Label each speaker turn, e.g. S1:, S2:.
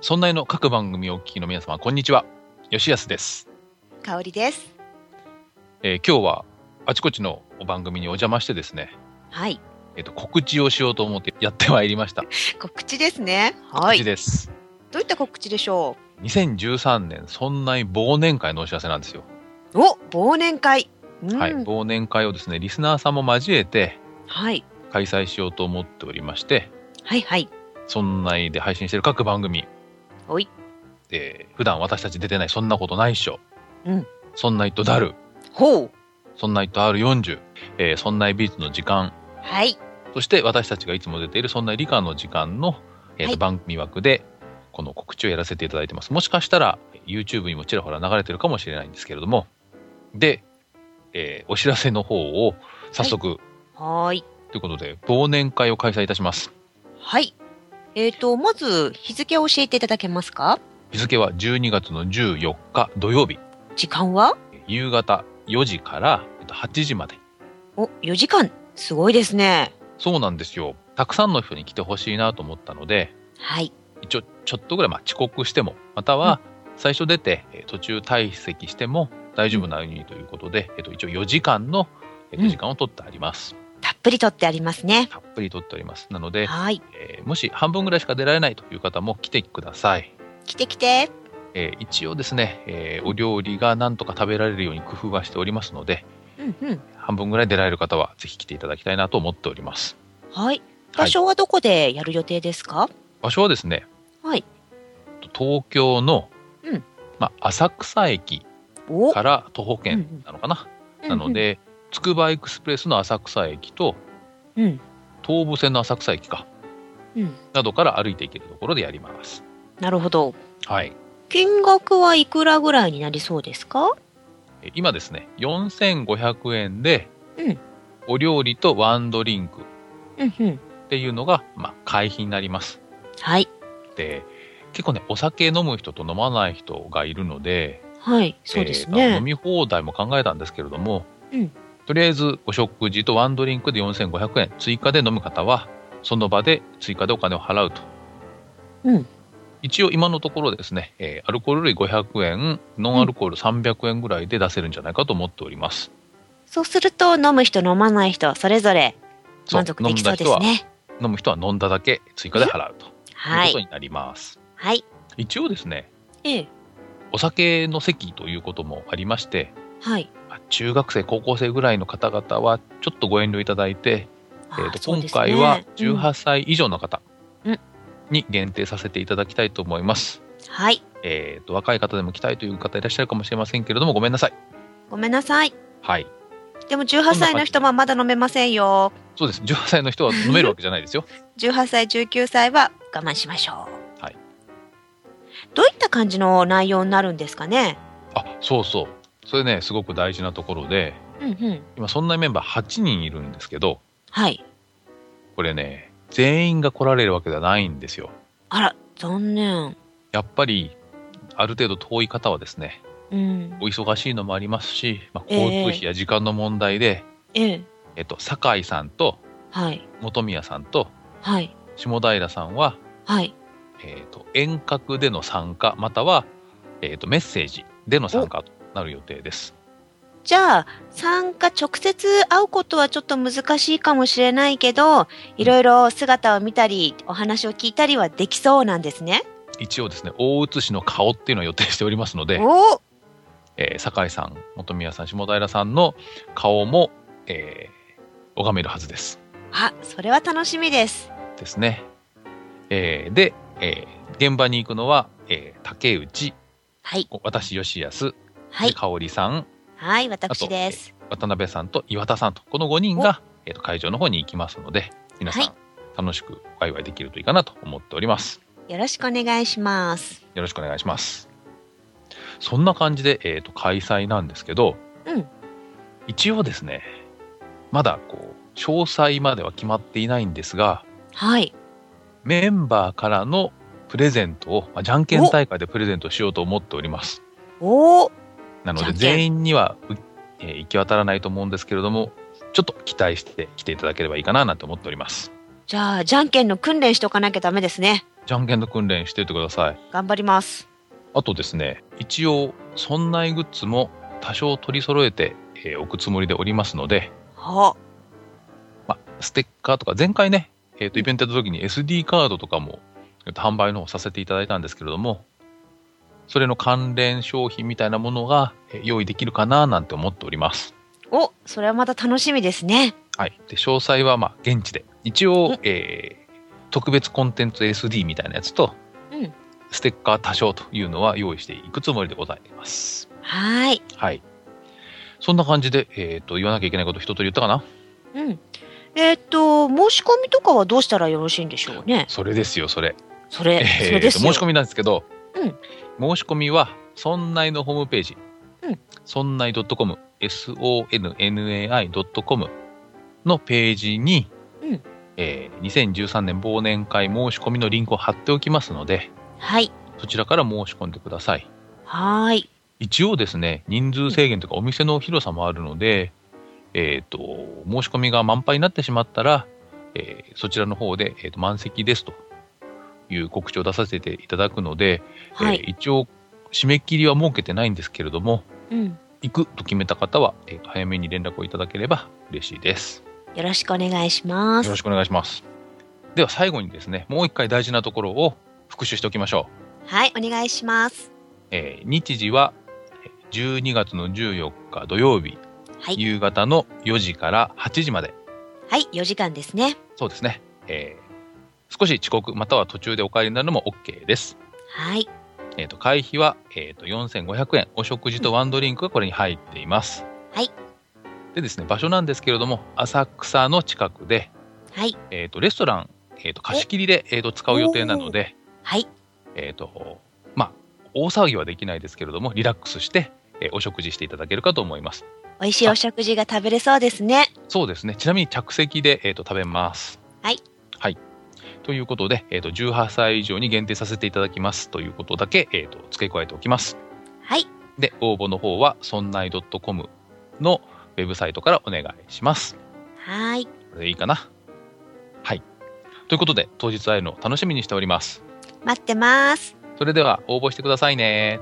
S1: そんな絵の各番組をお聞きの皆様、こんにちは。吉安です。
S2: 香りです。
S1: えー今日はあちこちのお番組にお邪魔してですね、
S2: はい。
S1: えっ、と、告知をしようと思ってやってまいりました。
S2: 告知ですね。は
S1: 告知
S2: い。
S1: です。
S2: どういった告知でしょ
S1: 2013年、そんな忘年会のお知らせなんですよ。
S2: う。お、忘年会。うん、
S1: はい。忘年会をですね、リスナーさんも交えて
S2: はい。
S1: 開催しようと思っておりまして、
S2: はい。はい。
S1: そんなで配信している各番組。
S2: おい。
S1: えー普段私たち出てない、そんなことないっしょ。
S2: うん。
S1: そんないとだる。
S2: ほう。
S1: そんないと R40。えーそんないビーツの時間。
S2: はい。
S1: そして私たちがいつも出ているそんな理科の時間の、えーと
S2: はい
S1: 番組枠でこの告知をやらせていただいてます。もしかしたら YouTube にもちらほら流れてるかもしれないんですけれども。で、えーお知らせの方を早速、
S2: はーい。
S1: ということで忘年会を開催いたします。
S2: はい。えっ、と、まず、日付を教えていただけますか
S1: 日付は12月の14日土曜日
S2: 時間は
S1: 夕方4時からえっと8時まで。
S2: お、4時間。すごいですね。
S1: そうなんですよ。たくさんの人に来てほしいなと思ったので、
S2: はい。
S1: 一応ちょっとぐらいまあ遅刻してもまたは最初出てえー途中退席しても大丈夫なようにということで、えっと、一応4時間のえっ
S2: う
S1: と
S2: ん
S1: 時間を取ってあります、
S2: たっぷりとってありますね。
S1: たっぷり取っておりますなので、
S2: はい。
S1: えーもし半分ぐらいしか出られないという方も来てください、
S2: 来て来て。
S1: えー一応ですね、えーお料理がなんとか食べられるように工夫はしておりますので
S2: うんうん。
S1: 半分ぐらい出られる方はぜひ来ていただきたいなと思っております
S2: はい。
S1: は
S2: 場
S1: い
S2: 所はどこでやる予定ですか
S1: 場所はですね
S2: はい。
S1: 東京の、
S2: うん
S1: まあ、浅草駅
S2: お
S1: から徒歩圏なのかな、なの、で、つくばエクスプレスの浅草駅と
S2: うんうん。
S1: 東武線の浅草駅か
S2: うん。うん。
S1: などから歩いていけるところでやります。
S2: なるほど。
S1: はい。
S2: 金額はいくらぐらいになりそうですか
S1: え今ですね、4500円で、
S2: うん
S1: お料理とワンドリンク
S2: うんうん。
S1: っていうのが、まあ、会費になります。
S2: はい。
S1: で、結構ね、お酒飲む人と飲まない人がいるので、
S2: はい。そうです
S1: えー飲
S2: ね。
S1: み放題も考えたんですけれども、
S2: うん
S1: とりあえずお食事とワンドリンクで4500円追加で飲む方はその場で追加でお金を払うと、
S2: うん
S1: 一応今のところですね、えーアルコール類500円ノンアルコール300円ぐらいで出せるんじゃないかと思っております、
S2: そうすると、飲む人、飲まない人、それぞれ
S1: そう
S2: 満足できそうで
S1: 飲
S2: す
S1: んだ人
S2: ね。
S1: は飲む人は飲んだだけ追加で払うという
S2: は
S1: こと
S2: い。
S1: になります、
S2: はい。
S1: 一応ですね
S2: ええ。
S1: お酒の席ということもありまして
S2: はい。
S1: まあ中学生高校生ぐらいの方々はちょっとご遠慮いただいて
S2: あ
S1: えー
S2: ー
S1: と
S2: そう
S1: 今
S2: ですね
S1: 回は
S2: うん
S1: 18歳以上の方
S2: うん
S1: に限定させていただきたいと思います。
S2: はい。
S1: えーと若い方でも来たいという方いらっしゃるかもしれませんけれどもごめんなさい。
S2: ごめんなさい。
S1: はい、
S2: でも18歳の人はまだ飲めませんよ。
S1: そうです18歳の人は飲めるわけじゃないですよ。
S2: 18歳、19歳は我慢しましょう。
S1: はい。
S2: どういった感じの内容になるんですかね
S1: あそうそうそれねすごく大事なところで
S2: うんうん。
S1: 今そんなメンバー8人いるんですけど
S2: はい。
S1: これね全員が来られるわけではないんですよ。
S2: あら、残念。
S1: やっぱりある程度遠い方はですね
S2: うん。
S1: お忙しいのもありますし、まあ、
S2: ええ
S1: 交通費や時間の問題で、
S2: ええ。
S1: えっと酒井さんと
S2: はい。
S1: 本宮さんと
S2: はい。
S1: 下平さんは、
S2: はい。
S1: えー、と遠隔での参加または、えー、とメッセージでの参加となる予定です。
S2: じゃあ、参加直接会うことはちょっと難しいかもしれないけど、いろいろ姿を見たり、お話を聞いたりはできそうなんですね。
S1: 一応ですね大写しの顔っていうのを予定しておりますので、
S2: おお
S1: えー酒井さん本宮さん下平さんの顔も、えー拝めるはずです。
S2: あ、それは楽しみです。
S1: ですね。えーで、えー現場に行くのは、えー竹内
S2: はい。
S1: 私吉安、
S2: はい。
S1: 香織さん
S2: はい、私です。
S1: 渡辺さんと岩田さんとこの5人が、えー、と会場の方に行きますので皆さん、
S2: はい
S1: 楽しくワイワイできるといいかなと思っております
S2: よろしくお願いします。
S1: よろしくお願いしますそんな感じで、えー、と開催なんですけど、
S2: うん
S1: 一応ですねまだこう詳細までは決まっていないんですが
S2: はい。
S1: メンバーからのプレゼントを、まあ、じゃんけん大会でプレゼントしようと思っております
S2: おお
S1: なの
S2: じ
S1: で
S2: ゃんけん
S1: 全員にはうえー行き渡らないと思うんですけれどもちょっと期待して来ていただければいいかななんて思っております。
S2: じゃあ、じゃんけんの訓練しとかなきゃダメですね。
S1: じゃんけんの訓練しておいてください。
S2: 頑張ります。
S1: あとですね、一応、そんないグッズも多少取り揃えて、えー置くつもりでおりますので、
S2: は
S1: まあ、ステッカーとか、前回ね、えーと、イベントやった時に SD カードとかも、えーと販売の方させていただいたんですけれども、それの関連商品みたいなものがえー用意できるかななんて思っております。
S2: お、それはまた楽しみですね。
S1: はい。で、詳細は、まあ、現地で。一応、えー特別コンテンツ SD みたいなやつと、
S2: うん
S1: ステッカー多少というのは用意していくつもりでございます。
S2: はーい。
S1: はい。そんな感じで、えっ、と、言わなきゃいけないこと一通り言ったかな
S2: うん。えーっと、申し込みとかはどうしたらよろしいんでしょうね。
S1: それですよ、それ。
S2: それ、
S1: えー
S2: それですよ。
S1: 申し込みなんですけど、
S2: うん
S1: 申し込みは、そんないのホームページ、
S2: うん
S1: そんない .com、sonnai.com のページに、
S2: うん
S1: えー2013年忘年会申し込みのリンクを貼っておきますので、
S2: はい。
S1: そちらから申し込んでください。
S2: はーい。
S1: 一応ですね、人数制限とかお店の広さもあるので、えっ、と、申し込みが満杯になってしまったら、えーそちらの方で、えーと満席ですという告知を出させていただくので、
S2: は
S1: え
S2: い。
S1: ー一応、締め切りは設けてないんですけれども、
S2: うん。
S1: 行くと決めた方は、えーと早めに連絡をいただければ嬉しいです。
S2: よろしくお願いしま
S1: よろ
S2: す。
S1: しくお願いします。では最後にですね、もう一回大事なところを復習しておきましょう。
S2: はい、お願いします。
S1: えー日時はえー12月の14日土曜日、
S2: はい
S1: 夕方の4時から8時まで、
S2: はい、4時間ですね。
S1: そうですね、えー少し遅刻または途中でお帰りになるのも OK です。
S2: はい。
S1: えーと会費は、えーと4500円、お食事とワンドリンクがこれに入っています。
S2: はい。
S1: でですね、場所なんですけれども、浅草の近くで、
S2: はい。
S1: えーとレストラン、えーと貸し切りで、えーと使う予定なので、
S2: はい。
S1: えーとまあ、大騒ぎはできないですけれども、リラックスして、えーお食事していただけるかと思います。
S2: 美味しいお食事が食べれそうですね。
S1: そうですね。ちなみに着席で、えー、と食べます。
S2: はい。
S1: はい。ということで、えーと、18歳以上に限定させていただきますということだけ、えー、と付け加えておきます。
S2: はい。
S1: で、応募の方は、そんない .com のウェブサイトからお願いします。
S2: はい。
S1: これでいいかな。はい。ということで、当日会えるのを楽しみにしております。
S2: 待ってます。
S1: それでは、応募してくださいね。